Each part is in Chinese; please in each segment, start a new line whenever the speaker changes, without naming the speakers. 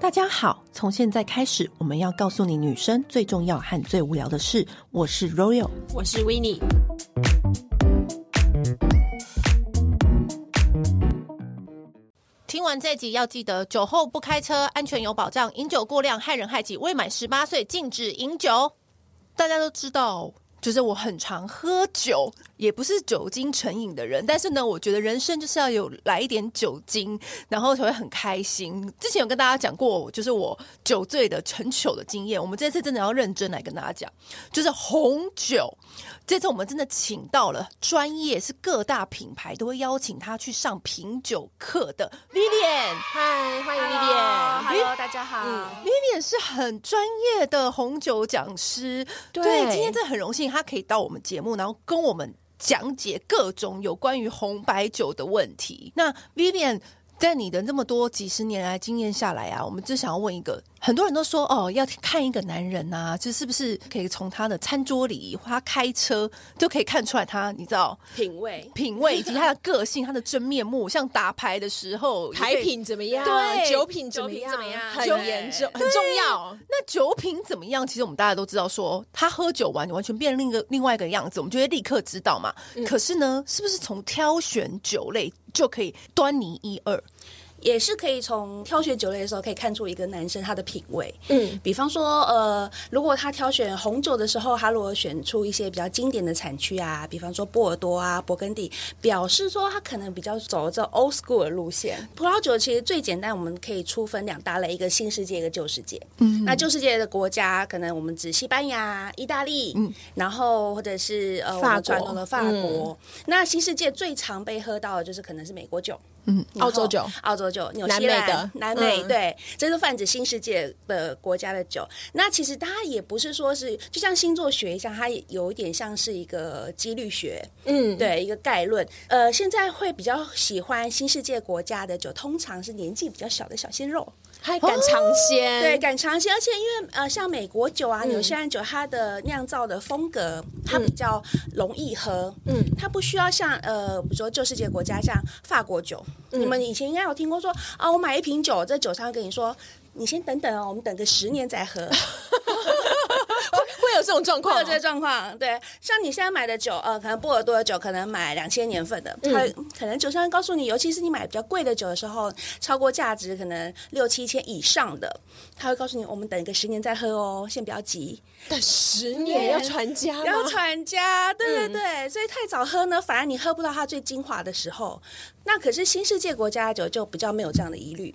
大家好，从现在开始，我们要告诉你女生最重要和最无聊的事。我是 Royal，
我是 w i n n i e
听完这集要记得，酒后不开车，安全有保障。饮酒过量害人害己，未满十八岁禁止饮酒。大家都知道，就是我很常喝酒，也不是酒精成瘾的人，但是呢，我觉得人生就是要有来一点酒精，然后才会很开心。之前有跟大家讲过，就是我酒醉的很糗的经验，我们这次真的要认真来跟大家讲，就是红酒。这次我们真的请到了专业，是各大品牌都会邀请他去上品酒课的 Vivian。
嗨，欢迎嗯
Hello，
Vivian。
Hello，大家好。
Vivian 是很专业的红酒讲师，
对
今天真的很荣幸，他可以到我们节目，然后跟我们讲解各种有关于红白酒的问题。那 Vivian。在你的那么多几十年来经验下来啊，我们就想要问一个，很多人都说哦，要看一个男人啊，就是不是可以从他的餐桌礼仪或他开车就可以看出来他，你知道
品味
品味以及他的个性、他的真面目，像打牌的时候也可以
牌品怎么样？
对
酒品怎么
酒
样？
品怎么样
很
酒
严重，
对
很重要。
啊那酒品怎么样？其实我们大家都知道说，他喝酒完完全变另一个另外一个样子，我们就会立刻知道嘛。
嗯
可是呢，是不是从挑选酒类就可以端倪一二？
也是可以从挑选酒类的时候，可以看出一个男生他的品味。
嗯，
比方说，呃，如果他挑选红酒的时候，他如果选出一些比较经典的产区啊，比方说波尔多啊、勃艮第，表示说他可能比较走这 old school 的路线。葡萄酒其实最简单，我们可以粗分两大类，一个新世界，一个旧世界。嗯，那旧世界的国家，可能我们指西班牙、意大利，嗯，然后或者是呃，我
法国嗯
们传统的法国。那新世界最常被喝到的就是可能是美国酒。嗯，
澳洲酒
澳洲酒、纽
南
西
美
兰、
的
南美，
嗯
对，这是泛指新世界的国家的酒。那其实它也不是说是，就像星座学一样，它也有一点像是一个几率学，
嗯，
对，一个概论。呃，现在会比较喜欢新世界国家的酒，通常是年纪比较小的小鲜肉。
还敢尝鲜？
对，，敢尝鲜，而且因为呃，像美国酒啊、纽西兰酒，它的酿造的风格，它比较容易喝，嗯，它不需要像呃，比如说旧世界国家像法国酒，你们以前应该有听过说啊，我买一瓶酒，这酒商会跟你说。你先等等哦，我们等个十年再喝，
会有这种状况
会
哦。
有这个状况。对，像你现在买的酒，呃，可能波尔多的酒，可能买两千年份的，它可能酒商会告诉你，尤其是你买比较贵的酒的时候，超过价值可能六七千以上的，他会告诉你，我们等个十年再喝哦，先不要急。
等十年要传家吗？
要传家，对对对，所以太早喝呢，反而你喝不到它最精华的时候。那可是新世界国家的酒就比较没有这样的疑虑，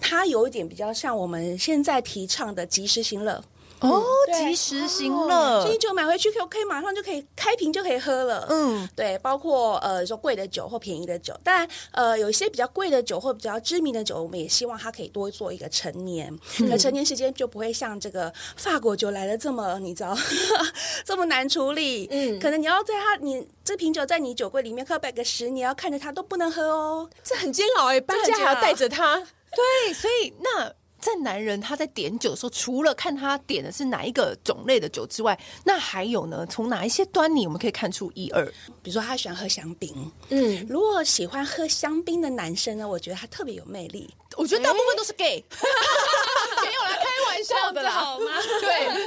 它有一点比较像我们现在提倡的及时行乐，
哦，
嗯
对哦
及时行乐
所以，酒买回去可以可以马上就可以开瓶就可以喝了。
嗯，
对，包括呃说贵的酒或便宜的酒，但呃有一些比较贵的酒或比较知名的酒，我们也希望它可以多做一个陈年，可陈年时间就不会像这个法国酒来的这么你知道 这么难处理，
嗯
嗯，可能你要在它你这瓶酒在你酒柜里面刻摆个十年，要看着它都不能喝哦，
这很煎熬哎，搬
很
家
煎
还要
熬
带着它。
对，所以那。在男人他在点酒的时候，除了看他点的是哪一个种类的酒之外，那还有呢，从哪一些端倪我们可以看出一二？
比如说他喜欢喝香槟，
嗯，
如果喜欢喝香槟的男生呢，我觉得他特别有魅力，
我觉得大部分都是 gay，、没有啦，开玩笑的啦。
吗？
对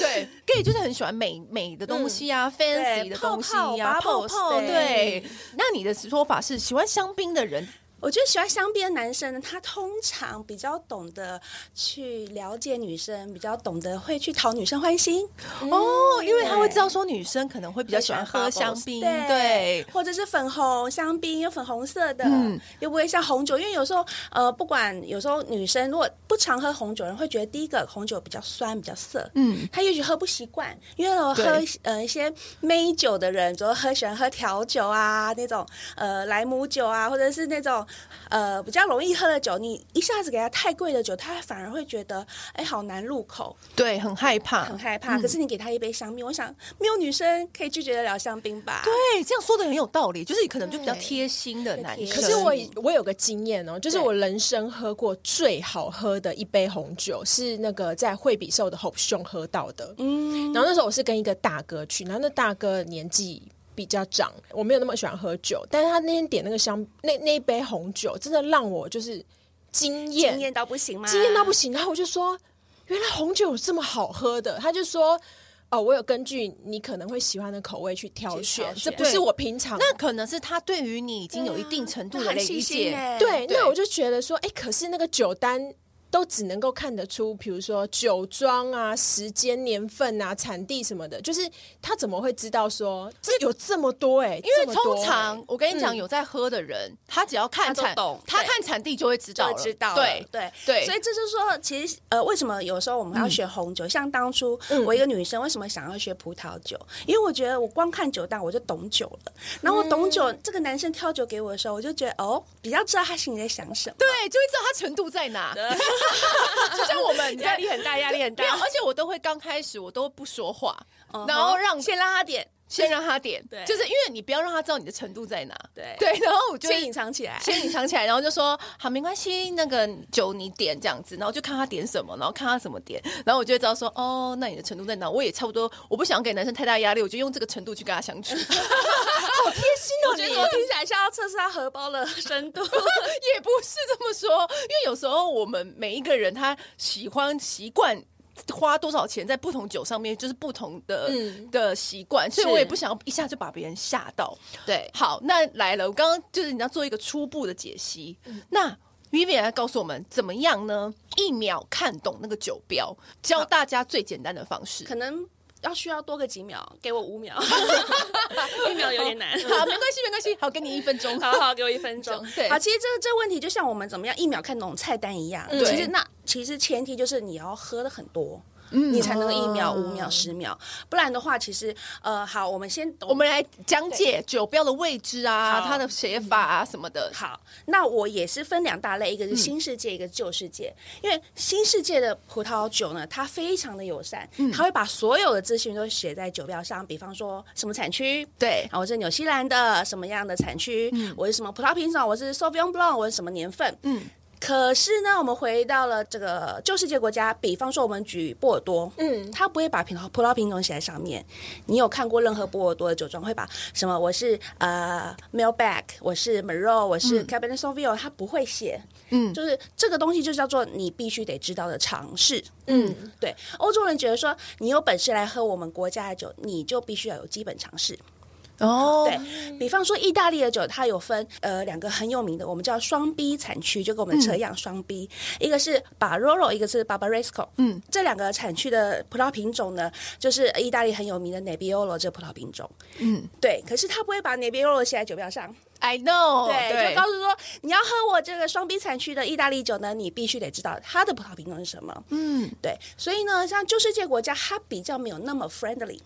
对，gay 就是很喜欢美美的东西啊、f a n c y
对
的东西呀、
泡泡
泡
bubbles，
泡。
对
对，那你的说法是喜欢香槟的人，
我觉得喜欢香槟的男生呢，他通常比较懂得去了解女生，比较懂得会去讨女生欢心，
哦，因为他会知道说女生可能会比较喜欢喝
会喜
香
欢 bubbles，
槟，对。
或者是粉红香槟，有粉红色的，
嗯
又不会像红酒，因为有时候呃，不管有时候女生如果不常喝红酒，人会觉得第一个红酒比较酸，比较涩，
嗯，
她也许喝不习惯，因为我喝
对
呃一些美酒的人，主要喝喜欢喝调酒啊，那种呃莱姆酒啊，或者是那种呃比较容易喝的酒，你一下子给他太贵的酒，他反而会觉得哎好难入口，
对，很害怕
很。害怕。可是你给他一杯香槟，我想没有女生可以拒绝得了香槟吧？
对，这样说的很有道理，就是可能就比较贴心的男
对
生。
可是我我有个经验哦，就是
对
我人生喝过最好喝的一杯红酒是那个在惠比寿的 Hope 兄喝到的。嗯，然后那时候我是跟一个大哥去，然后那大哥年纪。比较长，我没有那么喜欢喝酒，但是他那天点那个香那那一杯红酒，真的让我就是惊
惊
艳，
艳到不行吗？
惊艳到不行。然后我就说，原来红酒有这么好喝的。他就说，哦，我有根据你可能会喜欢的口味去挑
去
选
挑，
这
选
不是我平常
那可能是他对于你已经有一定程度
那
的
很细
理
心
解，
欸
对，
对
那我就觉得说，哎、可是那个酒单都只能够看得出，比如说酒庄啊、时间、年份啊、产地什么的，就是他怎么会知道说这有这么多、哎，
因
这
为
么多
通常我跟你讲，有在喝的人，他只要看
嗯他都
产
懂，
他
对
看产地就会知道
就
了，
知道了
对
对
对嗯
所以这就是说，其实呃，为什么有时候我们要学红酒？像当初我一个女生为什么想要学葡萄酒？因为我觉得我光看酒单我就懂酒了，然后我懂酒，这个男生挑酒给我的时候，我就觉得哦，比较知道他心里在想什么。
对，就会知道他程度在哪。 就嗯像我们
压力很大，压力很
没有，
大。
而且我都会刚开始我都不说话，
嗯哼
然后让
先让他点，
先让他点，
对
就是因为你不要让他知道你的程度在哪，
对
对，然后我就
先隐藏起来。
先隐藏起来，然后就说好没关系，那个酒你点这样子，然后就看他点什么，然后看他怎么点，然后我就会知道说哦，那你的程度在哪？我也差不多，我不想给男生太大压力，我就用这个程度去跟他相处，
我觉得我听起来像要测试他荷包的深 度。
也不是这么说，因为有时候我们每一个人他喜欢习惯。花多少钱在不同酒上面，就是不同的、的习惯，所以
嗯是
我也不想要一下就把别人吓到。
对，
好，那来了，我刚刚就是你要做一个初步的解析。
嗯
那 Vivian 来告诉我们怎么样呢？一秒看懂那个酒标，教大家最简单的方式。
可能要需要多个几秒，给我五 秒，一秒有点难。
好，没关系，没关系，好，给你一分钟。。
好好，给我一分钟
对
好，其实这这问题就像我们怎么样一秒看懂菜单一样。
对
其实那其实前提就是你要喝的很多。你才能够一秒、五秒、十秒，不然的话，其实呃，好，我们先懂
我们来讲解酒标的位置啊，
好
它的写法啊什么的。
好，那我也是分两大类，一个是新世界，一个旧世界。因为新世界的葡萄酒呢，它非常的友善，它会把所有的资讯都写在酒标上，比方说什么产区。
对，
啊，我是纽西兰的什么样的产区？我是什么葡萄品种？我是 Sauvignon Blanc，我是什么年份？
嗯，
可是呢，我们回到了这个旧世界国家，比方说我们举波尔多，
嗯，
他不会把葡萄葡萄品种写在上面。你有看过任何波尔多的酒庄会把什么？我是呃 m e l b a c k 我是 m e r o 我是 Cabernet Sauvignon，他不会写。
嗯
就是这个东西就叫做你必须得知道的常识。
嗯，
对，欧洲人觉得说，你有本事来喝我们国家的酒，你就必须要有基本常识。
哦，
对比方说，意大利的酒它有分呃两个很有名的，我们叫双 B 产区，就跟我们的车一样，双 B，、一个是 Barolo，一个是 Barbaresco。
嗯，
这两个产区的葡萄品种呢，就是意大利很有名的 Nebbiolo 这个葡萄品种。
嗯，
对，可是他不会把 Nebbiolo 写在酒标上，
，I know，
哦
对，就告诉说你要喝我这个双 B 产区的意大利酒呢，你必须得知道它的葡萄品种是什么。
嗯，
对，所以呢，像旧世界国家，它比较没有那么 friendly，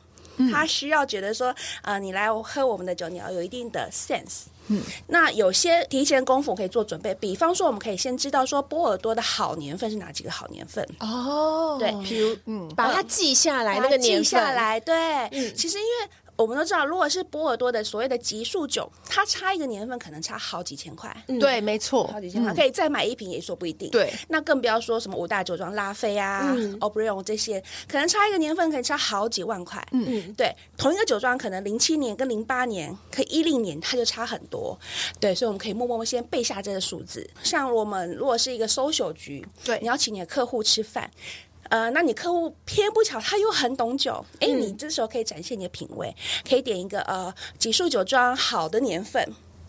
它
嗯
需要觉得说，呃，你来喝我们的酒，你要有一定的 sense。嗯，那有些提前功夫可以做准备，比方说，我们可以先知道说波尔多的好年份是哪几个好年份，
哦，
对
比如
嗯
把它记下来，哎那
把它
个
记
年
下
份，嗯
来。对，其实因为我们都知道，如果是波尔多的所谓的级数酒，它差一个年份可能差好几千块，
嗯
对，没错，
好几千块，
嗯
可以再买一瓶也说不一定。
对，
那更不要说什么五大酒庄拉菲啊、
嗯
Obreon 这些，可能差一个年份可以差好几万块。
嗯，
对，同一个酒庄可能零七年跟零八年，可以一零年它就差很多。对，所以我们可以默默先背下这个数字。像我们如果是一个 social 局，
对
你要请你的客户吃饭。呃，那你客户偏不巧，他又很懂酒，哎、你这时候可以展现你的品味，可以点一个呃几束酒庄好的年份，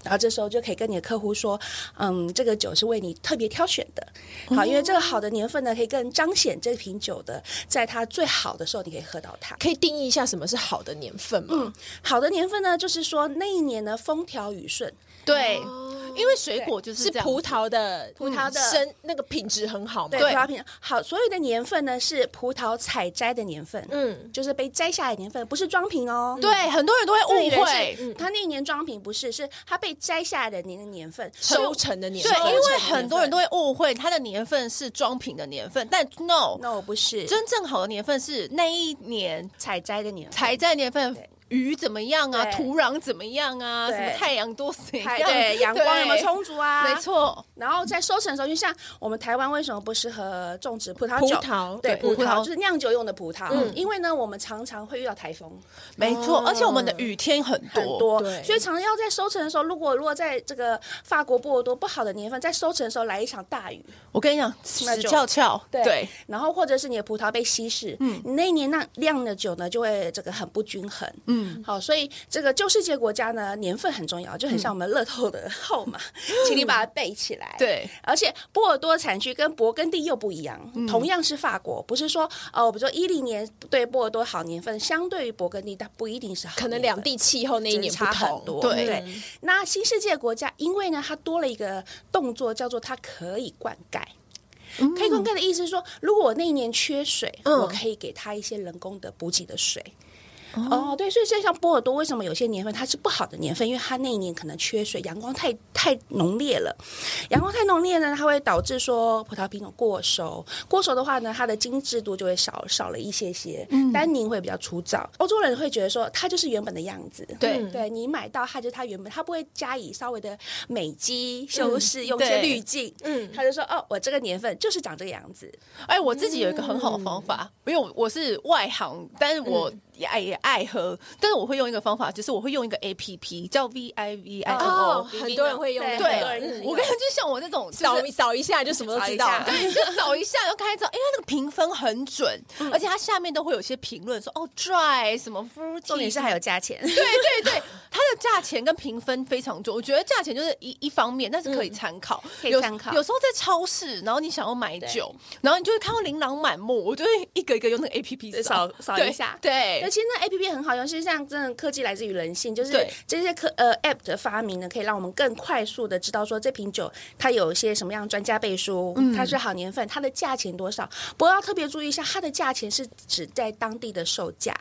然后这时候就可以跟你的客户说，嗯，这个酒是为你特别挑选的，好，因为这个好的年份呢，可以更彰显这瓶酒的，在它最好的时候，你可以喝到它。
可以定义一下什么是好的年份吗？
好的年份呢，就是说那一年呢风调雨顺，
对，
哦
因为水果就是
是
这样
葡萄的葡
萄的
生那个品质很好嘛？
对，葡萄品好，所有的年份呢是葡萄采摘的年份，
嗯，
就是被摘下来的年份，不是装瓶哦。
对，很多人都
不
会
要以
误
为
会
是，它那一年装瓶不是，是它被摘下来的年的年份。
收成的年份，
对，因为很多人
都
都会误会它的年份是装瓶的年份，但 no，
no 不是
真正好的年份是那一年
采摘的年份，
采摘年份
对。
雨怎么样啊，
对
土壤怎么样啊，
对
什么太阳多怎样，
太对阳光有没有充足啊？
对？没。错，
然后在收成的时候，就像我们台湾为什么不适合种植葡萄
葡
酒？
萄
对
对
葡
葡
萄
萄
就是酿酒用的葡萄，因为呢，我们常常会遇到台风
没错，而且我们的雨天很多，
哦很多，
对
所以常常要在收成的时候，如果如果在这个法国波尔多不好的年份，在收成的时候来一场大雨，
我跟你讲，
那
死
就
翘翘，对，
然后或者是你的葡萄被稀释，嗯，你那一年那酿的酒呢就会这个很不均衡，嗯，好，所以这个旧世界国家呢年份很重要，就很像我们乐透的号码， 请你把它背起来，。
对，
而且波尔多产区跟勃艮第又不一样，同样是法国，不是说哦，比如说一零年对波尔多好年份，相对于勃艮第，它不一定是好年份，
可能两地气候那一年
就是
不
差很
同
多。，嗯
对
那新世界国家，因为呢，它多了一个动作，叫做它可以灌溉。可以灌溉的意思是说，如果我那一年缺水，
嗯
我可以给它一些人工的补给的水。哦，对，所以就像波尔多，为什么有些年份它是不好的年份？因为它那一年可能缺水，阳光太太浓烈了。阳光太浓烈呢，它会导致说葡萄品种过熟。过熟的话呢，它的精致度就会少少了一些些，单宁会比较粗糙。欧洲人会觉得说，它就是原本的样子。
对
对你买到它就是它原本，它不会加以稍微的美肌修饰，用一些
对
滤镜。嗯，他就说哦，我这个年份就是长这个样子。
哎，我自己有一个很好的
嗯
方法，因为我我是外行，但是我也爱也爱喝，但是我会用一个方法，就是我会用一个 A P P 叫 V I V I N
哦，
O。
很多人会用那
哎对
个，
对
很多人
嗯
用，
我跟你讲，就像我这种，
扫
就是
扫一下就什么都知道
扫一
了
下。
对，你就扫一下，然后开始找，因哎为它那个评分很准，
嗯
而且它下面都会有些评论说哦，dry 什么 fruity，
重点是还有价钱。
对对对，它的价钱跟评分非常重，我觉得价钱就是一一方面，但是可以参考，
嗯可以
有
参考
有时候在超市，然后你想要买酒，然后你就会看到琳琅满目，我就会一个一个用那个 A P P
对扫扫一下
对
那，其实那 A P P 很好用，是像真的科技来自于人性，就是
对
这些科呃 App 的发明呢，可以让我们更快速的知道说这瓶酒它有一些什么样的专家背书，它是好年份，它的价钱多少。不过要特别注意一下，它的价钱是指在当地的售价，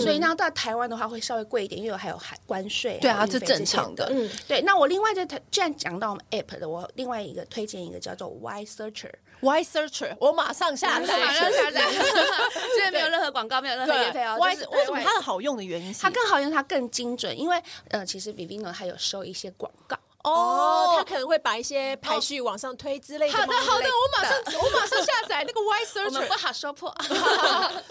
所以那到台湾的话会稍微贵一点，因为还有海关税，
对
还有
啊，
运费
这
这
正
些
常的。
嗯
对，那我另外在既然讲到我们 App 的，我另外一个推荐一个叫做 Y Searcher，
Y Searcher，我马上下载。
马上下载， 这没有任何广告，没有任何业费哦。
，Y
就是
为什么
对
它的好用的原因是？
它更好用，它更精准，因为呃，其实 Vivino 它有收一些广告，
哦，他可能会把一些排序往上推之类的
好
吗。
的好的，我马上我马上下 载那个 Y
我们不
Searcher，
好说破，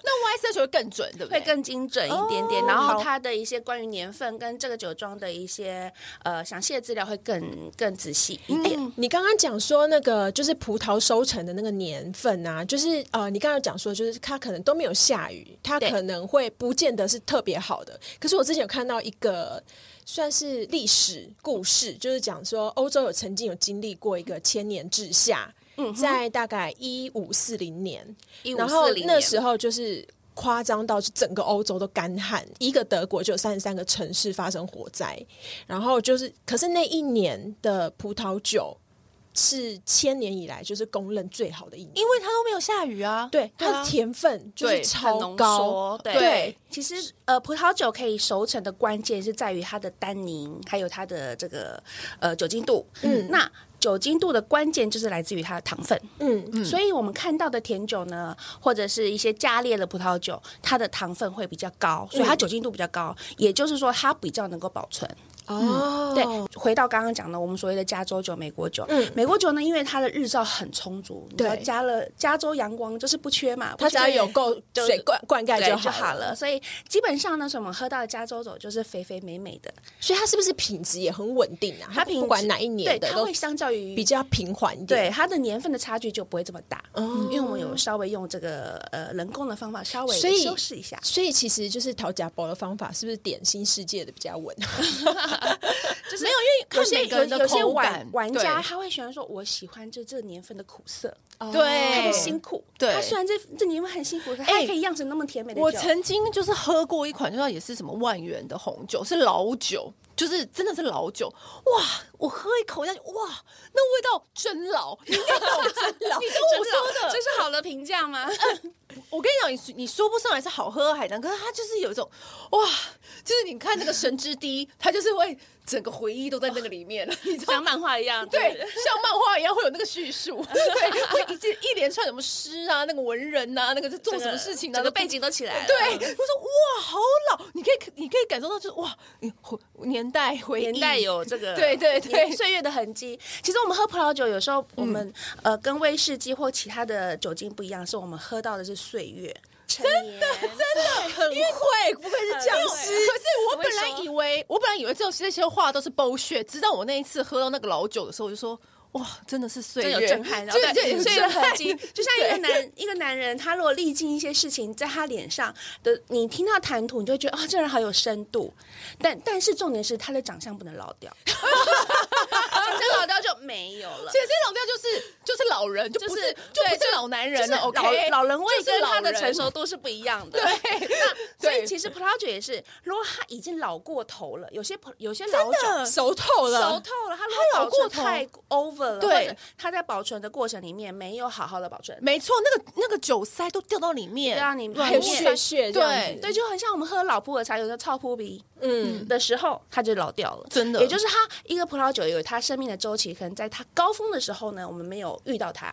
那 Y Searcher 会更准，对不对？
会更精准一点点。
哦
然后
好
它的一些关于年份跟这个酒庄的一些呃详细的资料会更更仔细一点。
你刚刚讲说那个就是葡萄收成的那个年份啊，就是呃，你刚刚讲说就是它可能都没有下雨，它
对
可能会不见得是特别好的。可是我之前有看到一个算是历史故事，就是讲说欧洲有曾经有经历过一个千年之夏，在大概一五四零年，
1540
然后
年
那时候就是。夸张到整个欧洲都干旱，一个德国就有三十三个城市发生火灾，然后就是，可是那一年的葡萄酒是千年以来就是公认最好的一年，
因为它都没有下雨啊。
对它
啊
的甜分就是
对
很
超
浓
高
缩，，对。
对
其实，呃，葡萄酒可以熟成的关键是在于它的单宁，还有它的这个呃酒精度。嗯，那酒精度的关键就是来自于它的糖分。
嗯，
所以我们看到的甜酒呢，或者是一些加烈的葡萄酒，它的糖分会比较高，
嗯
所以它酒精度比较高，也就是说它比较能够保存。
哦，嗯
对，回到刚刚讲的，我们所谓的加州酒、美国酒，美国酒呢，因为它的日照很充足，你知道
对
加了加州阳光就是不缺嘛，
它只要
不缺
有够
就是
水灌灌溉
对就
好
好了，所以基本上呢，所以我们喝到的加州酒就是肥肥美美的，
所以它是不是品质也很稳定啊？
它品质
不管哪一年
对，
的
它
都
会相较于
比较平缓一
对嗯
点，
它的年份的差距就不会这么大，
哦
因为我们有稍微用这个呃人工的方法稍微
所以
修饰一下，
所以其实就是讨假包的方法，是不是点新世界的比较稳？
就是
没有，因为
有
看
些
每个
有
人的
有些
口
玩
感
玩
对
家他会喜欢说，我喜欢这这年份的苦涩，
哦
对
他的
哎
辛苦。
对
他虽然这这年份很辛苦，可是他
哎
可以酿成那么甜美的
我
酒。
曾经就是喝过一款，就知道也是什么万元的红酒，是老酒，就是真的是老酒。哇，我喝一口下去，哇，那味道真老，你懂真 老，你懂我说的。
是好的呃评价 吗？
我跟你讲，你说你说不上来是好喝还难，可是它就是有一种哇，就是你看那个神之滴，它就是会整个回忆都在那个里 面了，你知道吗？
像漫画一 样，
对，像漫画一样会有那个叙 述，对，会一件一连串什么诗啊，那个文人呐、啊，那个是做
整
什
个
么事情啊，
整个
都
背景都起来了。
对，我说哇，好老，你可以你可以感受到，就是哇，回年代回忆
年代有这个，
对对对
年岁月的痕迹。其实我们喝葡萄酒，有时候我们、呃跟威士忌或其他的酒精不一样，是我们喝到的是岁月。真的，
很会，不愧是讲
可
师。
是我本来
我会说
以为，我本来以为这些这些话都是剥削，直到我那一次喝到那个老酒的时候，我就说哇，真的是岁
真
月
有震撼，然后
对
对，
啊对，
岁月的痕迹，就像一个
对
男一个男人，他如果历经一些事情，在他脸上的，你听到谈吐，你就会觉得哦，这人好有深度。但但是重点是他的长相不能老掉， 长相老掉就没有了
其。实老掉就是就是老人，就不
就是是
就不
对
是老男人了。
就是
OK，
老老人味
就是
跟他
老
的
人
成熟度是不一样的。
对
所以
对
其实葡萄酒也是，如果它已经老过头了，有些葡有些老酒
真的
熟透
熟
了，
透了，它如
它
果
老
保
过
存
头
太 over 了，
对
或者它在保存的过程里面没有好好的保存，
没错，那个那个酒塞都掉到里面，
对啊，你
还有
里面
血血这样子
对，就很像我们喝老普洱茶，有时候泡扑鼻
嗯，
的时候，它就老掉了。
真的
也就是它一个葡萄酒有它生命的周期，可能在它高峰的时候呢，我们没有遇到它，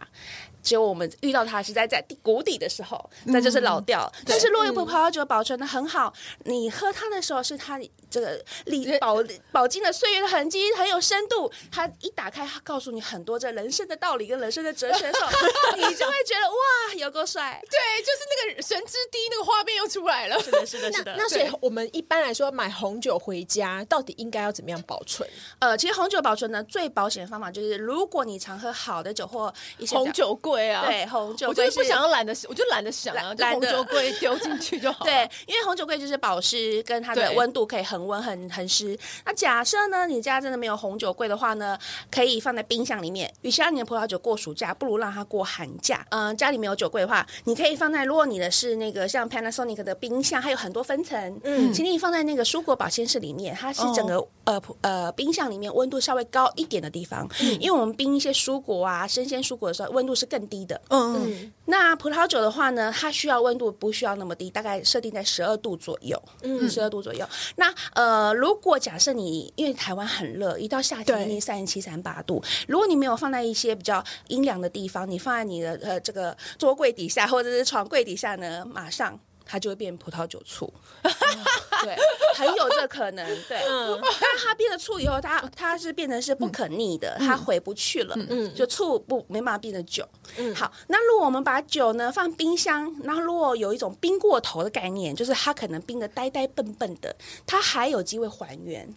只有我们遇到它是在在谷底的时候，那就是老掉了。但是如果一部葡萄酒保存的很好，你喝它的时候是它这个历饱饱经了岁月的痕迹，很有深度。它一打开，它告诉你很多这人生的道理跟人生的哲学的 时候，你就会觉得哇，有够帅！
对，就是那个神之滴那个画面又出来了。
是的，是的，是的。
那所以我们一般来说买红酒回家，到底应该要怎么样保存？
呃，其实红酒保存呢，最保险的方法就是，如果你常喝好的酒或一些比较
红，酒柜啊，
对红酒
我就是
柜
不想要懒得，我就懒得想啊，
懒
就红
懒得
酒柜丢进去就好了。
对，因为红酒柜就是保湿，跟它的
对
温度可以恒温、很很湿。那假设呢，你家真的没有红酒柜的话呢，可以放在冰箱里面。与其让你的葡萄酒过暑假，不如让它过寒假。嗯、家里没有酒柜的话，你可以放在，如果你的是那个像 Panasonic 的冰箱，还有很多分层，嗯，请你放在那个蔬果保鲜室里面，它是整个、
哦
呃葡呃冰箱里面温度稍微高一点的地方，
嗯
因为我们冰一些蔬果啊、生鲜蔬果的时候，温度是更低的，
嗯，
那葡萄酒的话呢，它需要温度不需要那么低，大概设定在十二度左右，嗯，十二度左右。那呃，如果假设你因为台湾很热，一到夏
对
天已经三十七、三十八度，如果你没有放在一些比较阴凉的地方，你放在你的呃这个桌柜底下或者是床柜底下呢，马上。它就会变葡萄酒醋， 对， 很有这可能， 对。但它变了醋以后，它它是变成是不可逆的，它回不去了，嗯，就醋不没办法变成酒。好，那如果我们把酒呢放冰箱，然后如果有一种冰过头的概念，就是它可能冰的呆呆笨笨的，它还有机会还 原。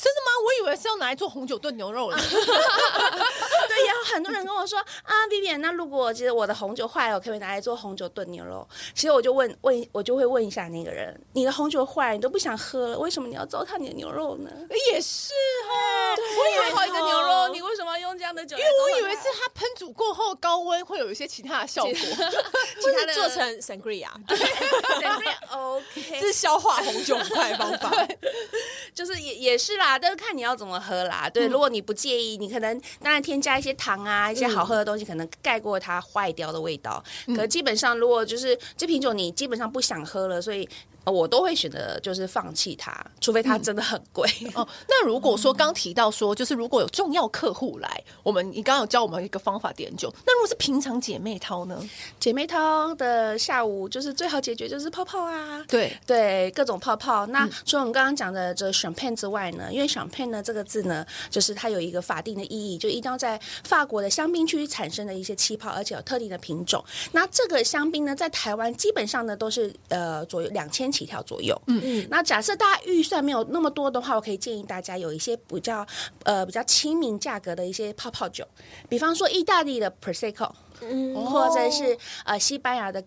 真的吗？我以为是要拿来做红酒炖牛肉 的。
对，也有很多人跟我说 啊，Vivian，那如果其实我的红酒坏了，我可不可以拿来做红酒炖牛肉？其实我就问问，我就会问一下那个人，你的红酒坏了，你都不想喝了，为什么你要糟蹋你的牛肉呢？
也是哈，我以
我
为
以为好一个牛肉，你为什么要用这样的酒来
因为
糟蹋它？
我以为是它烹煮过后高温会有一些其他的效果，
其
他的
做成 sangria，
OK，
这是消化红酒很快的方法。
就是也也是啦，但是看你要怎么喝啦。
嗯
对，如果你不介意，你可能当然添加一些糖啊，一些好喝的东西，可能盖过它坏掉的味道。
嗯
可基本上，如果就是这瓶酒你基本上不想喝了，所以呃我都会选择就是放弃它，除非
嗯
它真的很贵。
哦，那如果说刚提到说，就是如果有重要客户来，我们你刚刚有教我们一个方法点酒，那如果是平常姐妹淘呢？
姐妹淘的下午就是最好解决就是泡泡啊，
对，
对，各种泡泡。那除了我们刚刚讲的这 champagne 之外呢，因为 champagne 呢这个字呢，就是它有一个法定的意义，就一定要在法国的香槟区产生的一些气泡，而且有特定的品种。那这个香槟呢，在台湾基本上呢都是呃左右两千起跳左右。嗯嗯。那假设大家预算没有那么多的话，我可以建议大家有一些比较呃比较亲民价格的一些泡泡酒，比方说意大利的 prosecco。或
嗯
者是呃西班牙的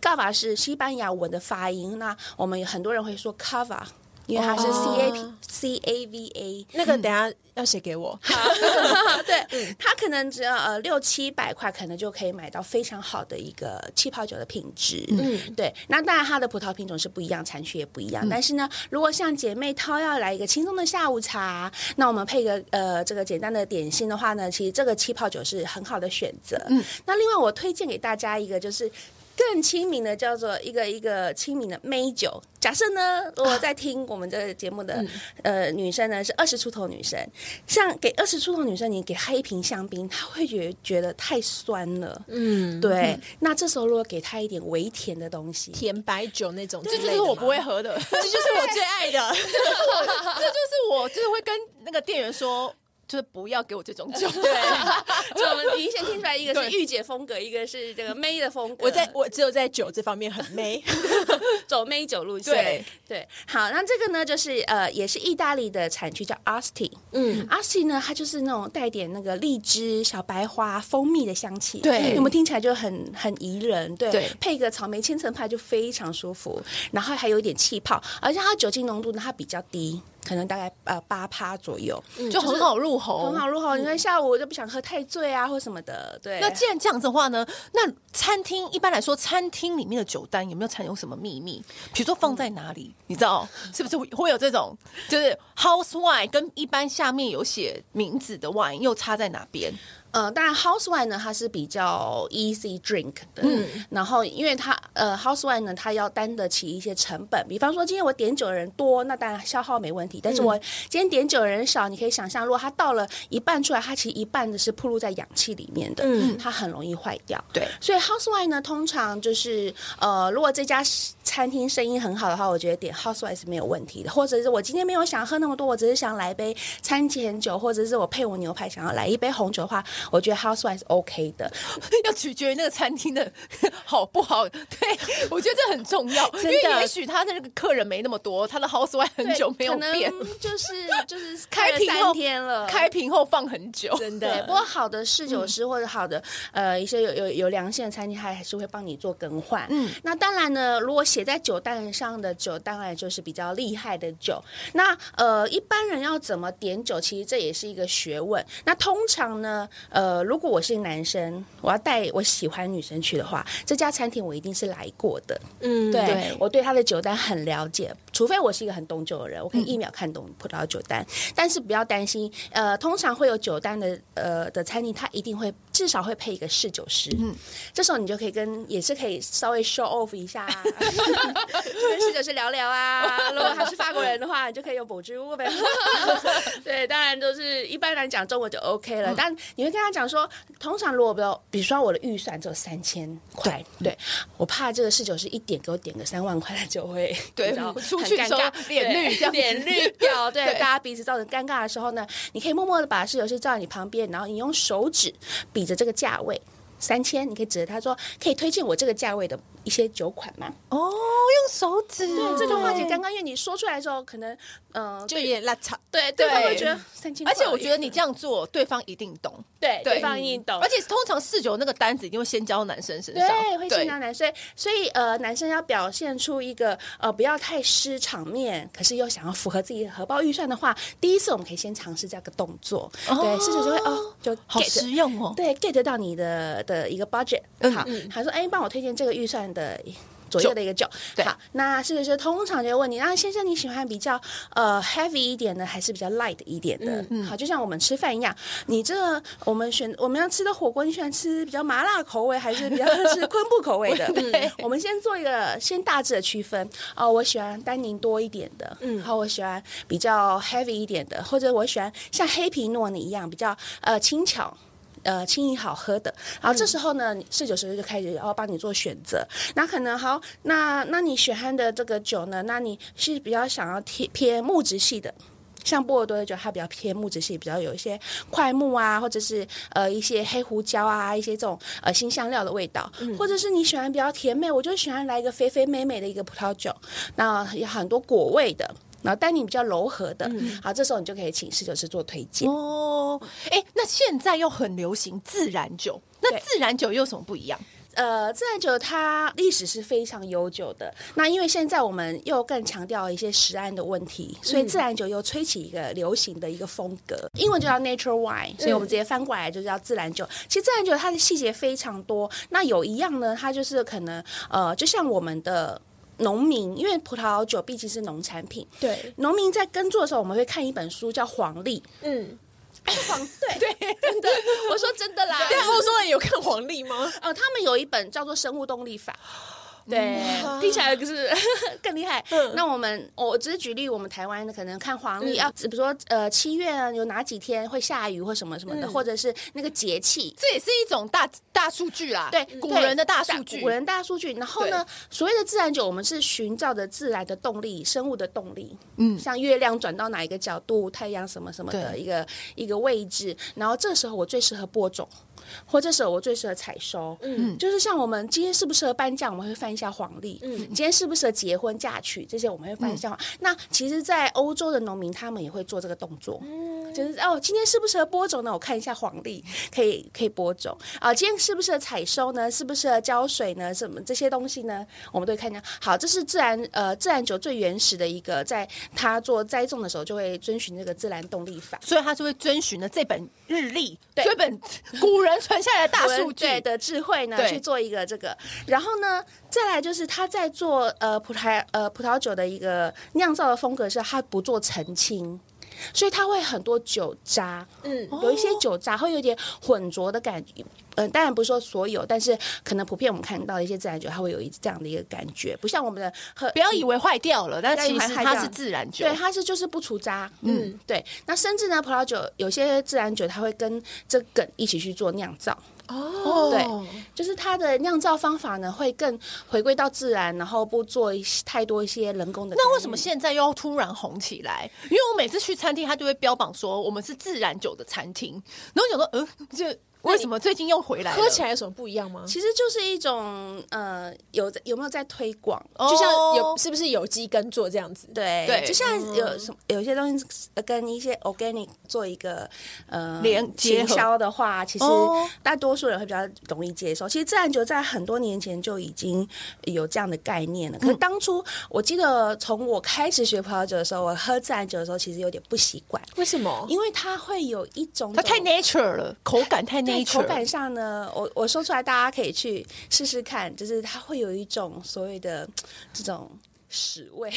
Gava，Gava 是西班牙文的发音。那我们有很多人会说 Cava，因为它是 C A P、C A V A。
那个等一下要写给我，
对，它可能只要呃六七百块，可能就可以买到非常好的一个气泡酒的品质。嗯，对。那当然，它的葡萄品种是不一样，产区也不一样。但是呢，如果像姐妹淘要来一个轻松的下午茶，那我们配个呃这个简单的点心的话呢，其实这个气泡酒是很好的选择。嗯，那另外我推荐给大家一个就是。更亲民的叫做一个一个亲民的美酒。假设呢，如果在听我们这个节目的、呃女生呢是二十出头女生，像给二十出头女生，你给她一瓶香槟，她会觉觉得太酸了。
嗯，
对，那这时候如果给她一点微甜的东西，
甜白酒那种之类
这
的
就
吗，
是我不会喝的，
这就是我最爱的。
这就是我就是会跟那个店员说，就是不要给我这种酒。
对，就我们明显听出来，一个
对
是御姐风格，一个是这个妹的风格。
我在我只有在酒这方面很媚，
走妹酒路线。
对
对，好，那这个呢，就是呃，也是意大利的产区叫 Asti。
嗯，
Asti 呢，它就是那种带点那个荔枝、小白花、蜂蜜的香气。
对
有没有听起来就很很宜人？对，
对
配个草莓千层派就非常舒服，然后还有一点气泡，而且它酒精浓度呢，它比较低。可能大概呃八趴左右，
嗯
就很好入喉，
嗯很好入喉。你看下午我就不想喝太醉啊，或什么的。对，
那既然这样子的话呢，那餐厅一般来说，餐厅里面的酒单有没有藏有什么秘密？比如说放在哪
嗯
里，你知道是不是会会有这种，就是 house wine 跟一般下面有写名字的 wine 又差在哪边？
呃，当然 house wine 呢，它是比较 easy drink 的，然后因为它呃 house wine 呢，它要担得起一些成本，比方说今天我点酒的人多，那当然消耗没问题，但是我今天点酒的人少，你可以想象，如果它倒了一半出来，它其实一半的是暴露在氧气里面的，它很容易坏掉。
对
所以 house wine 呢，通常就是呃，如果这家餐厅生意很好的话，我觉得点 house wine 是没有问题的。或者是我今天没有想喝那么多，我只是想来杯餐前酒，或者是我配我牛排想要来一杯红酒的话，我觉得 house wine 是 OK 的。
要取决于那个餐厅的好不好。 对，我觉得这很重要，因
的
为也许他的那个客人没那么多，他的 house wine 很久没有变，
可能就是就是 开
开
了
瓶后
三天了，
开瓶后放很久。
真
对，不
的。
过好的侍酒师或者好的、呃一些有有有良心的餐厅，它还是会帮你做更换。嗯，那当然呢，如果写在酒单上的酒，当然就是比较厉害的酒。那呃，一般人要怎么点酒，其实这也是一个学问。那通常呢，呃，如果我是男生，我要带我喜欢女生去的话，这家餐厅我一定是来过的。
嗯，
对
对
我对他的酒单很了解，除非我是一个很懂酒的人，我可以一秒看懂葡萄酒单。但是不要担心，呃，通常会有酒单的呃的餐厅，它一定会至少会配一个侍酒师。嗯，这时候你就可以跟也是可以稍微 show off 一下、啊， 就跟侍酒师聊聊啊。如果他是法国人的话，你就可以用 Bonjour 呗。 对，当然就是一般来讲中文就 OK 了，但你会跟他讲说，通常如果比如比如说我的预算只有三千块，对我怕这个侍酒师一点给我点个三万块，他就会
对
你知道
我出
很
去的
尴
时候
尬
脸
对
绿这样子
脸绿 掉，对
对
大家彼此造成尴尬的时候呢，你可以默默的把侍酒师叫到你旁边，然后你用手指比着这个价位。三千，你可以指着他说，可以推荐我这个价位的一些酒款吗？
哦，用手指，
对，这个化解尴尬，因为你说出来之后，可能，嗯、
就也拉草，
对，对方
对
会觉得三千，
而且我觉得你这样做，对方一定懂。
对，
对
对方一定懂，
而且通常四九那个单子一定会先交男生身上，
对，会心疼男，所以所以呃，男生要表现出一个呃不要太失场面，可是又想要符合自己的荷包预算的话，第一次我们可以先尝试这个动作，对，试试就会哦，就 get,
好实用哦。
对 get 到你的的一个 budget，
嗯
好，他说哎，帮我推荐这个预算的。左右的一个酒，
对
好，那是不是通常就会问你，那先生你喜欢比较呃 heavy 一点的，还是比较 light 一点的？
嗯
好，就像我们吃饭一样，你这个我们选我们要吃的火锅，你喜欢吃比较麻辣口味，还是比较吃昆布口 味的？嗯 我们先做一个先大致的区分。哦，我喜欢单宁多一点的，嗯，好，我喜欢比较 heavy 一点的，或者我喜欢像黑皮诺你一样比较呃轻巧。呃轻盈好喝的。然后这时候呢，你侍酒师就开始要帮你做选择。那可能好，那那你喜欢的这个酒呢，那你是比较想要贴偏木质系的。像波尔多的酒，它比较偏木质系，比较有一些块木啊，或者是呃一些黑胡椒啊，一些这种呃新香料的味道，或者是你喜欢比较甜美，我就喜欢来一个肥肥美美的一个葡萄酒，那有很多果味的，然后单宁比较柔和的，好，这时候你就可以请侍酒师做推荐。
哦，哎，那现在又很流行自然酒，那
对
自然酒又有什么不一样？
呃，自然酒它历史是非常悠久的。那因为现在我们又更强调一些食安的问题，所以自然酒又吹起一个流行的一个风格，英文就叫 natural wine，所以我们直接翻过来就叫自然酒。其实自然酒它的细节非常多，那有一样呢，它就是可能呃，就像我们的。农民，因为葡萄酒毕竟是农产品，
对，
农民在耕作的时候，我们会看一本书叫《黄历》，
嗯，
黄 对对，真的，我说真的 啦。
对啊，欧洲人有看黄历吗？
呃，他们有一本叫做《生物动力法》。对，听起来就是 更厉害。那我们，我只是举例，我们台湾的可能看黄历啊，比如说呃七月啊有哪几天会下雨或什么什么的，或者是那个节气，
这也是一种大大数据啦，
对，
古
对
人的大数据
古，人大数据。然后呢，所谓的自然九，我们是寻找着自然的动力，生物的动力，
嗯
像月亮转到哪一个角度，太阳什么什么的
对
一个一个位置。然后这时候我最适合播种，或这时候我最适合采收。嗯，就是像我们今天适不适合颁奖，我们会翻一下黄历。嗯，今天适不适合结婚嫁娶这些，我们会翻一下黄。
嗯
那其实，在欧洲的农民他们也会做这个动作。就是哦，今天适不适合播种呢？我看一下黄历，可以可以播种啊。今天适不适合采收呢？适不适合浇水呢？什么这些东西呢？我们都会看一下。好，这是自然呃自然酒最原始的一个，在它做栽种的时候就会遵循这个自然动力法。
所以他就会遵循了这本日历，
对
这本古人传下来的大数
我
据
们对的智慧呢
对
去做一个这个，然后呢，再来就是他在做呃葡萄呃葡萄酒的一个酿造的风格是，他不做澄清。所以它会很多酒渣，嗯，有一些酒渣会有点混浊的感觉，呃，当然不是说所有，但是可能普遍我们看到的一些自然酒，它会有一这样的一个感觉，不像我们的喝
不要以为坏掉了，但
不要以
其
为
实
坏
它
掉
是自然酒
对，，它是就是不除渣。嗯，对。那甚至呢，葡萄酒有些自然酒，它会跟这梗一起去做酿造。
哦
对就是它的酿造方法呢，会更回归到自然，然后不做一些太多一些人工的干预。
那为什么现在又突然红起来？因为我每次去餐厅，他就会标榜说我们是自然酒的餐厅，然后想说，嗯、这为什么最近又回来了？
喝起来有什么不一样吗？
其实就是一种呃，有在有没有在推广？
哦，
就像有是不是有机耕作这样子？
对
对嗯
就像有什么有些东西呃跟一些 organic 做一个呃
连结合
行销的话，其实
哦
大多数人会比较容易接受。其实自然酒在很多年前就已经有这样的概念了。可是
嗯
当初我记得从我开始学葡萄酒的时候，我喝自然酒的时候其实有点不习惯，
为什么？
因为它会有一种
它太 nature 了，口感太
在口
nature，
感上呢，我我说出来，大家可以去试试看，就是它会有一种所谓的这种屎味，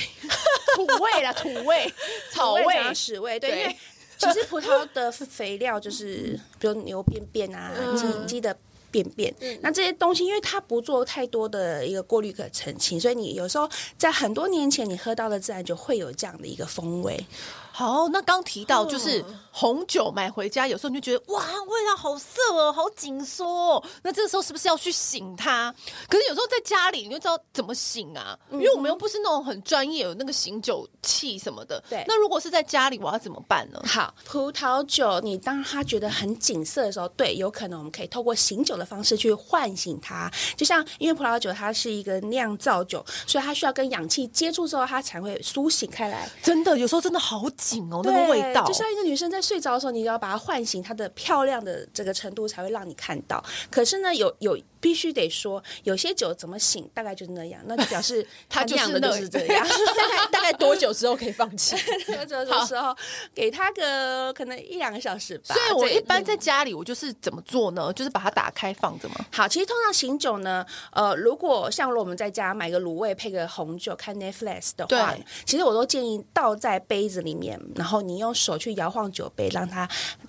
土味啦， 土味，草味
我，也讲屎味，对，
对
因为其实葡萄的肥料就是比如牛便便啊、鸡鸡的。便便，那这些东西，因为它不做太多的一个过滤和澄清，所以你有时候在很多年前你喝到的自然酒会有这样的一个风味。
好，那刚提到就是
嗯
红酒买回家，有时候你就觉得哇，味道好涩哦，好紧缩哦。那这个时候是不是要去醒它？可是有时候在家里你就知道怎么醒啊，
嗯
因为我们又不是那种很专业有那个醒酒器什么的。
对
那如果是在家里，我要怎么办 呢？
好，葡萄酒，你当它觉得很紧涩的时候，对，有可能我们可以透过醒酒的方式去唤醒它。就像因为葡萄酒它是一个酿造酒，所以它需要跟氧气接触之后，它才会苏醒开来。
真的，有时候真的好紧哦，那个味道。
就像一个女生在睡着的时候，你要把她唤醒，她的漂亮的这个程度才会让你看到。可是呢，有有必须得说，有些酒怎么醒，大概就是那样，那就 表示
它就是
酿的就
那
是这样。
大 概大概多久之后可以放弃？
喝酒的时候，给她个可能一两个小时吧。
所以我
这
一般在家里，我就是怎么做呢？就是把它打开放着嘛。
好，其实通常醒酒呢，呃，如果像我们在家买个卤味配个红酒看 Netflix 的话
对，
其实我都建议倒在杯子里面，然后你用手去摇晃酒杯，让它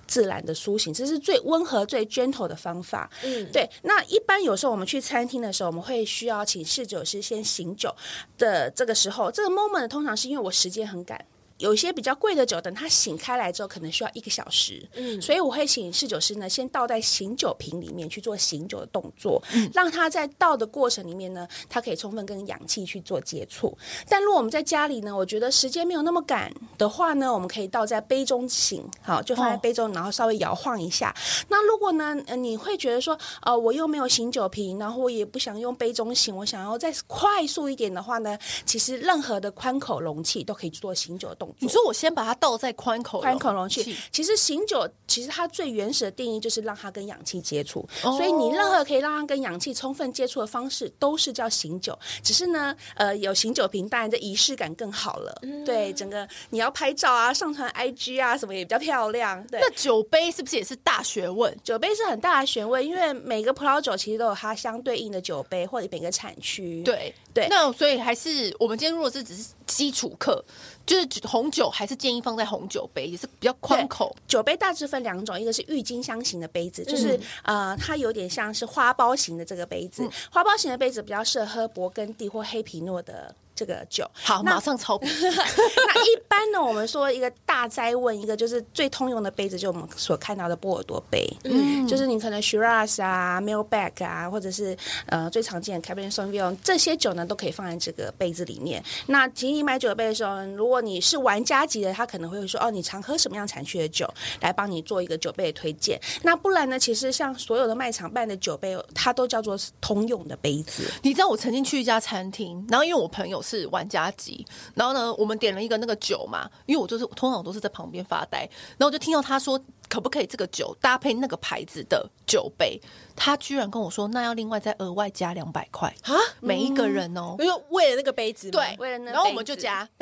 自然的苏醒，这是最温和、最 gentle 的方法。嗯，对。那一般有时候我们去餐厅的时候，我们会需要请侍酒师先醒酒的这个时候，这个 moment 通常是因为我时间很赶。有一些比较贵的酒，等它醒开来之后，可能需要一个小时。嗯，所以我会请侍酒师呢，先倒在醒酒瓶里面去做醒酒的动作，让它在倒的过程里面呢，它可以充分跟氧气去做接触。但如果我们在家里呢，我觉得时间没有那么赶的话呢，我们可以倒在杯中醒，好，就放在
哦
杯中，然后稍微摇晃一下。那如果呢，呃你会觉得说，呃，我又没有醒酒瓶，然后我也不想用杯中醒，我想要再快速一点的话呢，其实任何的宽口容器都可以做醒酒的动作。
你说我先把它倒在宽口
宽口容器，其实醒酒其实它最原始的定义就是让它跟氧气接触，
哦
所以你任何可以让它跟氧气充分接触的方式都是叫醒酒。只是呢，呃，有醒酒瓶，当然这仪式感更好了。
嗯
对，整个你要拍照啊、上传 IG 啊什么也比较漂亮。对，
那酒杯是不是也是大学问？
酒杯是很大的学问，因为每个葡萄酒其实都有它相对应的酒杯或者每个产区。
对
对
那所以还是我们今天如果是只是基础课，就是只红红酒还是建议放在红酒杯，也是比较
对
宽口。
酒杯大致分两种，一个是郁金香型的杯子，就是、呃，它有点像是花苞型的这个杯子。花苞型的杯子比较适合喝勃艮第或黑皮诺的这个酒。
好，
那
马上抄笔。
那一般呢，我们说一个大灾问，一个就是最通用的杯子，就我们所看到的波尔多杯，嗯，就是你可能 Shiraz 啊、Malbec 啊，或者是呃最常见的 Cabernet Sauvignon 这些酒呢，都可以放在这个杯子里面。那请你买酒杯的时候，如果你是玩家级的，他可能会说哦，你常喝什么样产区的酒，来帮你做一个酒杯的推荐。那不然呢，其实像所有的卖场办的酒杯，它都叫做通用的杯 子。
你知道我曾经去一家餐厅，然后因为我朋友是玩家级，然后呢，我们点了一个那个酒嘛，因为我就是通常我都是在旁边发呆，然后我就听到他说可不可以这个酒搭配那个牌子的酒杯，他居然跟我说那要另外再额外加两百块
啊，
每一个
嗯
人哦。
因为为了那个杯子吗，
对，
为了那
然后我们
杯
就
子
加，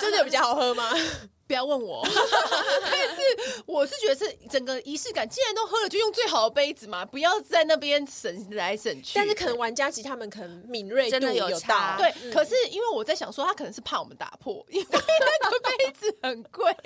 真的有比较好喝吗？
不要问我， 但是我是觉得是整个仪式感，既然都喝了，就用最好的杯子嘛，不要在那边省来省去。
但是可能玩家级他们可能敏锐度
真的有
到
差，
对，可是因为我在想说，他可能是怕我们打破，因为那个杯子很 贵，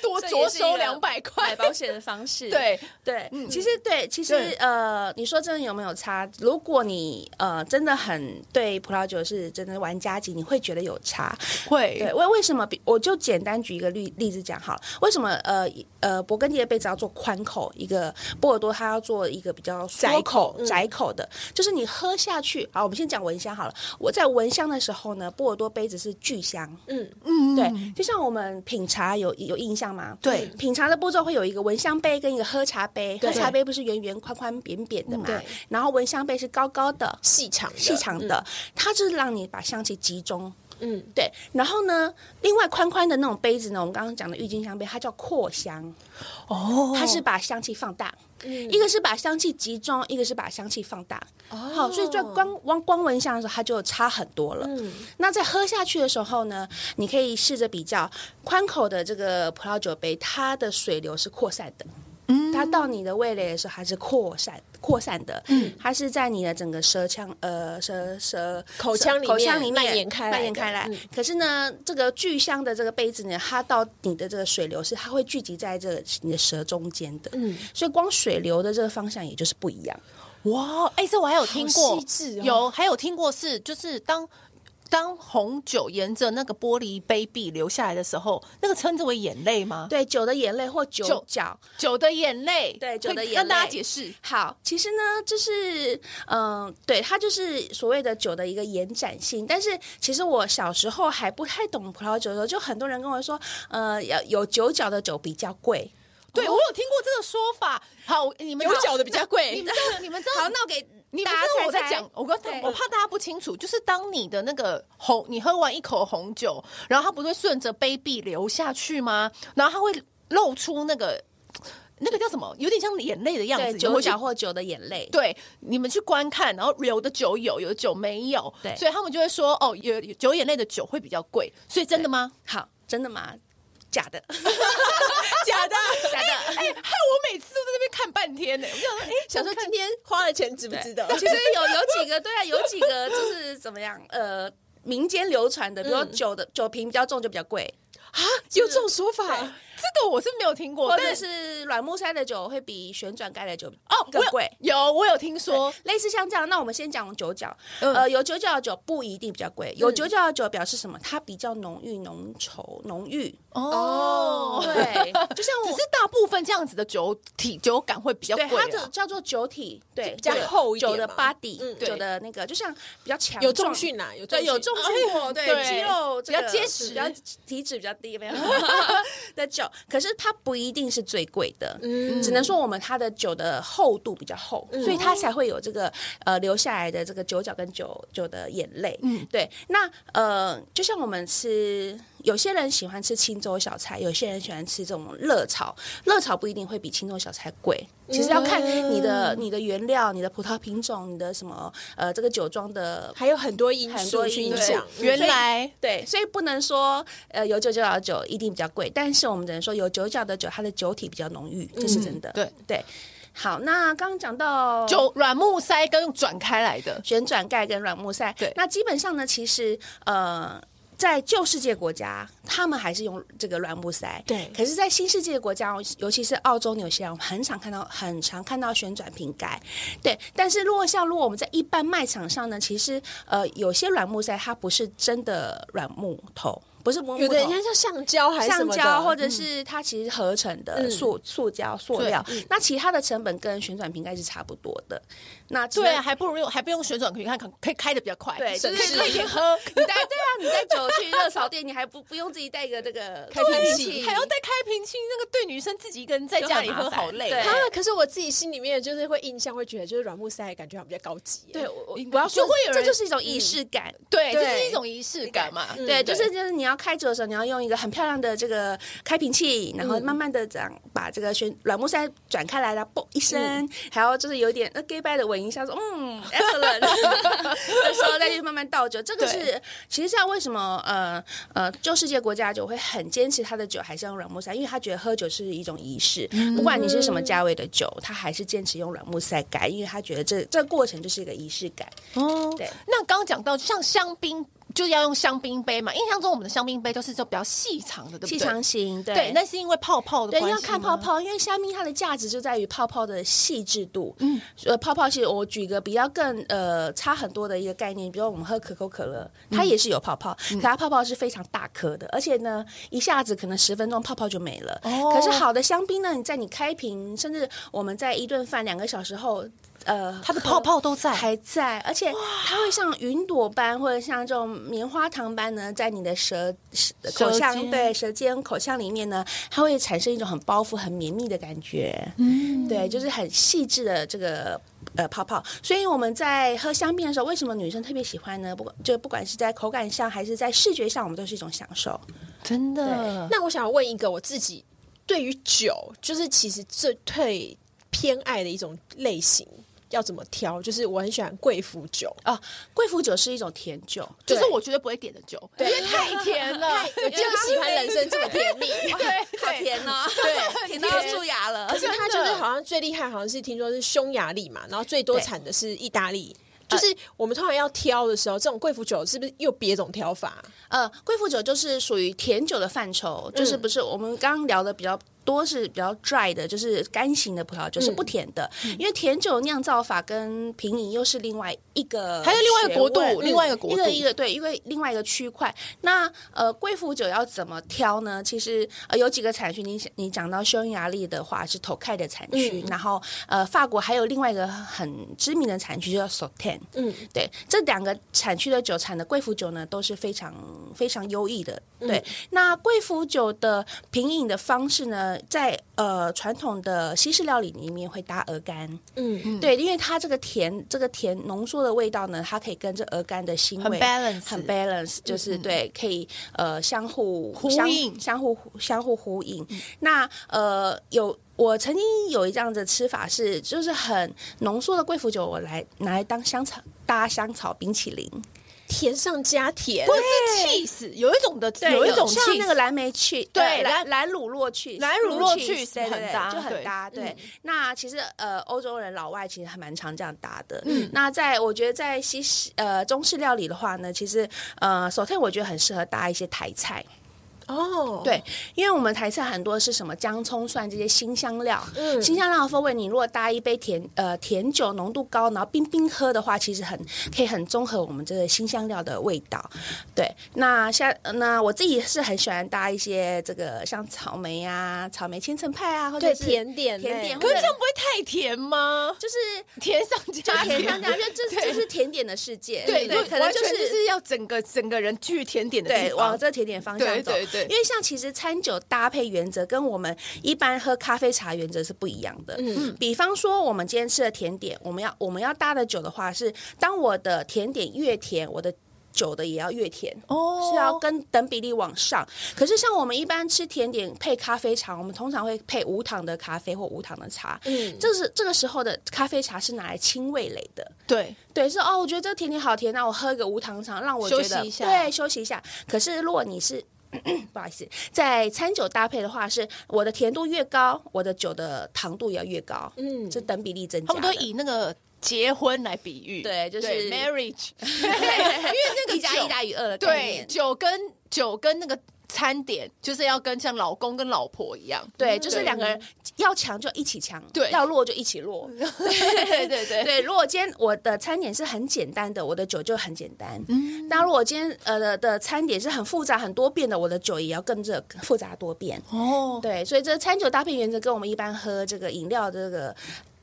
多
这
着
也是一
收
个
两百
买
块。
哎保险的方式，
对，
对，其实对，其实
对
呃，你说真的有没有差？如果你呃真的很对葡萄酒是真的玩家级，你会觉得有差。对，
会
为为什么比？我就简单举一个例例子讲好了。为什么呃呃勃艮第的杯子要做宽口，一个波尔多它要做一个比较缩
窄口
口
嗯
窄口的，就是你喝下去。好，我们先讲闻香好了。我在闻香的时候呢，波尔多杯子是巨香，
嗯，
对，就像我们品茶有有印象吗？
对
品茶的步骤会有一个闻香杯跟一个喝茶杯，
对
喝茶杯不是圆圆宽宽扁扁的嘛？
对。
然后闻香杯是高高的
细长的
细长的，它就是让你把香气集中。
嗯，
对，然后呢，另外宽宽的那种杯子呢，我们刚刚讲的郁金香杯，它叫扩香，
哦，
它是把香气放大。
嗯
一个是把香气集中，一个是把香气放大。好，所以在光光光闻香的时候，它就差很多了。
嗯
那在喝下去的时候呢，你可以试着比较宽口的这个葡萄酒杯，它的水流是扩散的，嗯，它到你的味蕾的时候，它是扩散扩散的，嗯，它是在你的整个舌腔呃舌舌
口腔里
口
面
腔里面
蔓延开来的
蔓延开来。
嗯
可是呢，这个巨香的这个杯子呢，它到你的这个水流是它会聚集在这个你的舌中间的，
嗯，
所以光水流的这个方向也就是不一样。
哇，哎、这我还有听过，
细 致哦
有还有听过是，就是当当红酒沿着那个玻璃杯壁流下来的时候，那个称之为眼泪吗？
对，酒的眼泪或酒
酒
角，
酒的眼泪，
对
会
酒的眼泪哦
跟大家解释。
好，其实呢，就是嗯、呃对，它就是所谓的酒的一个延展性。但是其实我小时候还不太懂葡萄酒的时候，就很多人跟我说，呃，有有酒角的酒比较贵。
对，我有听过这个说法。好，你们
有
知道
脚的比较
你
贵
们，知 道，你们知道，
好，那我给
你们
大
知
家
道我
猜
在
猜
讲，我跟
对
我怕大家不清楚，就是当你的那个红，你喝完一口红酒，然后它不是会顺着杯壁流下去吗？然后它会露出那个那个叫什么，有点像眼泪的样子，
对
你
酒
会去
角或酒的眼泪。
对，你们去观看，然后有的酒有，有的酒没有，
对
所以他们就会说，哦，有有酒眼泪的酒会比较贵，所以真的吗？
好，真的吗？假的，
假的。
假的。
哎、害我每次都在那边看半天呢、我就想说，哎、
想说今天花了钱值不值得？
其 实有有几个，对啊，有几个就是怎么样，呃。民间流传的，比如
嗯
说酒的、酒瓶比较重就比较贵，
啊，有这种说法？
这个我是没有听过，
或
但
者是软木塞的酒会比旋转盖的酒
哦，我
更
有
贵。
有我有听说，
类似像这样，那我们先讲酒角。
嗯
呃，有酒角的酒不一定比较贵，有酒角的酒表示什么？它比较浓郁、浓稠、浓郁。
哦，
对， 就像
只
我
是大部分这样子的酒体酒感会比较贵
对
啊，
它的叫做酒体，对，
比较
对
厚一点
酒的
嘛
body，、
嗯
对
酒的那个，就像比较强壮，
有重训啊，有重
对，
训
有重训过，对
哎对
肌肉这
比较
个
结实
比较体脂比较低，没有 的酒，可是它不一定是最贵的，
嗯
只能说我们它的酒的厚度比较厚，
嗯
所以
哦
它才会有这个呃留下来的这个酒角跟酒酒的眼泪。嗯，对。那呃，就像我们吃，有些人喜欢吃青州小菜，有些人喜欢吃这种热炒，热炒不一定会比青州小菜贵。其实要看你的、
嗯
你的原料、你的葡萄品种、你的什么呃这个酒庄的
还有很多因
很
素
多
去
因
影
素
响。
原来
对，所以不能说呃有酒九角的酒一定比较贵，但是我们只能说有酒角的酒，它的酒体比较浓郁，这是真的。
嗯对
对，好，那刚刚讲到
酒软木塞跟转开来的，
旋转盖跟软木塞，
对
那基本上呢，其实呃。在旧世界国家，他们还是用这个软木塞。
对
可是，在新世界国家，哦尤其是澳洲、纽西兰，我们很常看到，很常看到旋转瓶盖。对，但是如果像如果我们在一般卖场上呢，其实呃，有些软木塞它不是真的软木头，不是木木
有
头
的人家叫橡胶还是什
橡
么的
胶或者是它其实合成的
嗯
塑塑胶、塑料，那其他的成本跟旋转瓶盖是差不多的。那只
对啊，
能
还不如用，还不用旋转可以看，可以开的比较快，
对，就
省
是
事
可以喝。你带对啊，你带酒去热炒店，你还不不用自己带一个这个开
瓶
器
还要带开瓶器，那个对女生自己一个人在家里喝好累
就很麻烦
哦。
对
啊，可是我自己心里面就是会印象会觉得，就是软木塞感觉好像比较高级。
对，我我我要说
就会有
这
人
就是一种仪式感。
对，这
对
是一种仪式感嘛。
嗯
对，
对
就是就是你要开酒的时候，你要用一个很漂亮的这个开瓶器，然后慢慢的这样把这个旋软木塞转开来，然后嘣一声，还要就是有点呃 gay bye 的闻一下，说嗯 excellent，这时候再去慢慢倒酒。这个是其实像为什么呃呃旧世界国家酒会很坚持他的酒还是用软木塞，因为他觉得喝酒是一种仪式，不管你是什么价位的酒，他还是坚持用软木塞改，因为他觉得这这过程就是一个仪式感。
哦，
对
那刚刚讲到像香槟，就是要用香槟杯嘛。印象中我们的香槟杯都是这种比较细长的，对不对？
细长型，对
对，那是因为泡泡的
对，
关
要
系
看
吗
泡。泡，因为虾米它的价值就在于泡泡的细致度。嗯，呃，泡泡是我举一个比较更呃差很多的一个概念，比如我们喝可口可乐，它也是有泡泡，
嗯
可它泡泡是非常大颗的，而且呢，一下子可能十分钟泡泡就没了。
哦
可是好的香槟呢，你在你开瓶，甚至我们在一顿饭两个小时后，呃，
它的
喝
泡泡都在，
还在，而且它会像云朵般，或者像这种棉花糖般呢，在你的舌舌口
舌
腔
尖
对舌尖口腔里面呢，它会产生一种很包覆、很绵密的感觉。嗯，对，就是很细致的这个。呃，泡泡，所以我们在喝香槟的时候，为什么女生特别喜欢呢？不管就不管是在口感上还是在视觉上，我们都是一种享受。
真
嗯
的。
那我想要问一个我自己对于酒，就是其实最最偏爱的一种类型，要怎么挑？就是我很喜欢贵腐 酒，
哦，贵腐酒是一种甜酒，
就是我绝对不会点的酒，因为太甜 了，
我就喜欢人生这么甜蜜。
对，
好 甜哦，对，甜到
甜
蛀 牙了。
而且它就是好像最厉害，好像是听说是匈牙利嘛，然后最多
对呃
产的是意大利。就是我们通常要挑的时候，这种贵腐酒是不是又别种挑法？啊
呃，贵腐酒就是属于甜酒的范畴，就是
嗯
不是我们刚刚聊的比较。多是比较 dry 的，就是干型的葡萄酒是
嗯
不甜的，因为甜酒酿造法跟品饮又是另外一个学问，
还有另外一个国度
嗯
另外一个国度
一个一个对，因为另外一个区块。那呃，贵腐酒要怎么挑呢？其实呃有几个产区，你你讲到匈牙利的话是 t o k a 的产
嗯
区，然后呃法国还有另外一个很知名的产区叫 s o t a n
嗯，
对，这两个产区的酒产的贵腐酒呢，都是非常非常优异的。对，那贵腐酒的品饮的方式呢，在呃传统的西式料理里面会搭鹅肝，
嗯，
对，因为它这个甜，这个甜浓缩的味道呢，它可以跟这鹅肝的腥
很
味
balance 嗯
很 balance，就是对，可以呃相互
呼
相
应嗯
相互相互呼应。那呃有。我曾经有一这样子的吃法是，就是很浓缩的贵腐酒，我来拿来当香草搭香草冰淇淋，
甜上加甜，
或者是 cheese，有一种的，有一种
像
cheese
那个蓝莓去，
对
呃
蓝
蓝蓝乳酪去，
蓝乳酪
cheese，
cheese
对对
很
对
搭
就很
对嗯
搭。对，那其实呃，欧洲人老外其实还蛮常这样搭的。嗯，那在我觉得在西式呃中式料理的话呢，其实呃，首先我觉得很适合搭一些台菜。
哦，
对，因为我们台菜很多是什么姜、葱、蒜这些新香料，
嗯
新香料的风味，你如果搭一杯甜呃甜酒，浓度高，然后冰冰喝的话，其实很可以很综合我们这个新香料的味道。对，那像那我自己是很喜欢搭一些这个像草莓啊、草莓千层派啊，或者
对，
是
甜点类
甜点，
可是这样不会太甜吗？
就是。
甜上加
甜上加，就这
对
这就是甜点的世界，
对，
对，
就
可能
完
就
全
是
就是要整个整个人去甜点的地
对，
方
往这甜点方向走。
对对对
因为像其实餐酒搭配原则跟我们一般喝咖啡茶原则是不一样的。嗯，比方说我们今天吃的甜点，我们要我们要搭的酒的话是，当我的甜点越甜，我的。酒的也要越甜
哦
是要跟等比例往上。可是像我们一般吃甜点配咖啡茶，我们通常会配无糖的咖啡或无糖的茶。
嗯
嗯，这是这个时候的咖啡茶是拿来清味蕾的。
对，
对，是哦，我觉得这个甜点好甜，那我喝一个无糖茶，让我觉得
休息一下
对，休息一下。可是如果你是 不好意思，在餐酒搭配的话，是我的甜度越高，我的酒的糖度也要越高，
嗯
嗯，这等比例增加
他
的。
们都以那个结婚来比喻，
对就是
marriage，
因为
那个
一加
酒
一大于二的概
对
念，
酒跟酒跟那个餐点，就是要跟像老公跟老婆一样，
嗯
嗯
对，就是两个人要强就一起强，
对
要弱就一起 弱。
对对对对，
对，如果今天我的餐点是很简单的，我的酒就很简单。嗯，那如果今天呃的的餐点是很复杂很多变的，我的酒也要跟着复杂多变。
哦，
对，所以这餐酒搭配原则跟我们一般喝这个饮料的这个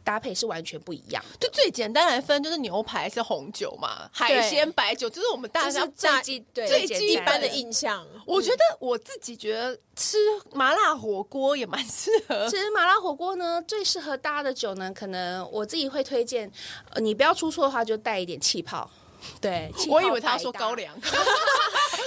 搭配是完全不一样的。
就最简单来分，就是牛排是红酒嘛，海鲜白酒就是我们大
就是
家
最基对
最
简
基
一
单
般的印象，
我觉得我自己觉得吃麻辣火锅也蛮适合
其实麻辣火锅呢，最适合搭的酒呢，可能我自己会推荐，呃你不要出错的话，就带一点气泡。对，气
我
泡
以为他要
白
说
搭
高， 粱，
不是在
啊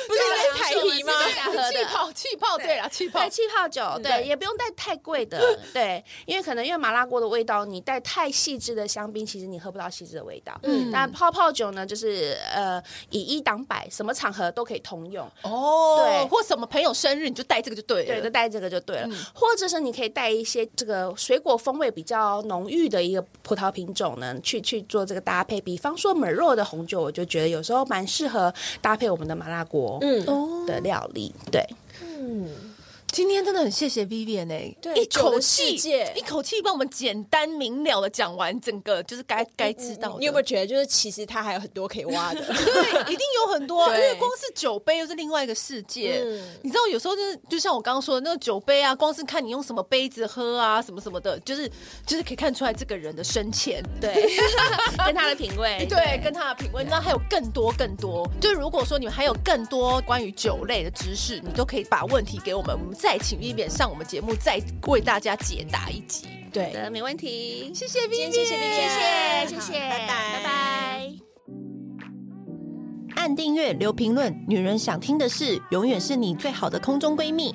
对啊
台
是我
啤
们
吗？
自己家喝
气
的。
泡气泡，对啦，气泡
对，气泡酒，
嗯
对，
对
也不用带太贵 的，对，因为可能因为麻辣锅的味道，你带太细致的香槟，其实你喝不到细致的味道。嗯，那泡泡酒呢，就是呃以一挡百，什么场合都可以通用，
哦
对
或什么朋友生日你就带这个就对
对，就
了，
带这个就对了。
嗯
或者是你可以带一些这个水果风味比较浓郁的一个葡萄品种呢，去去做这个搭配。比方说美若的红酒，我就觉得有时候蛮适合搭配我们的麻辣锅
嗯，
哦
的料理。对，
今天真的很谢谢 Vivian 哎、
对
一
酒
口
的世
气
界
一口气帮我们简单明了的讲完整个，就是该该知道的
嗯你有没有觉得就是其实它还有很多可以挖的？
对，一定有很多啊、因
对
为光是酒杯又是另外一个世界。
嗯
你知道，有时候就是就像我刚刚说的那个酒杯啊，光是看你用什么杯子喝啊，什么什么的，就是就是可以看出来这个人的深浅。哎
对， 跟他的品
哎
味，
对，跟他的品味，那还有更多更多。就如果说你们还有更多关于酒类的知识，你都可以把问题给我们，我们再请 Vivian 上我们节目，再为大家解答一集。
对
好，的，没问题。
谢谢 Vivian，
天谢谢 Vivian
谢谢，谢谢，
好拜拜
拜拜。
按订阅，留评论，女人想听的事，永远是你最好的空中闺蜜。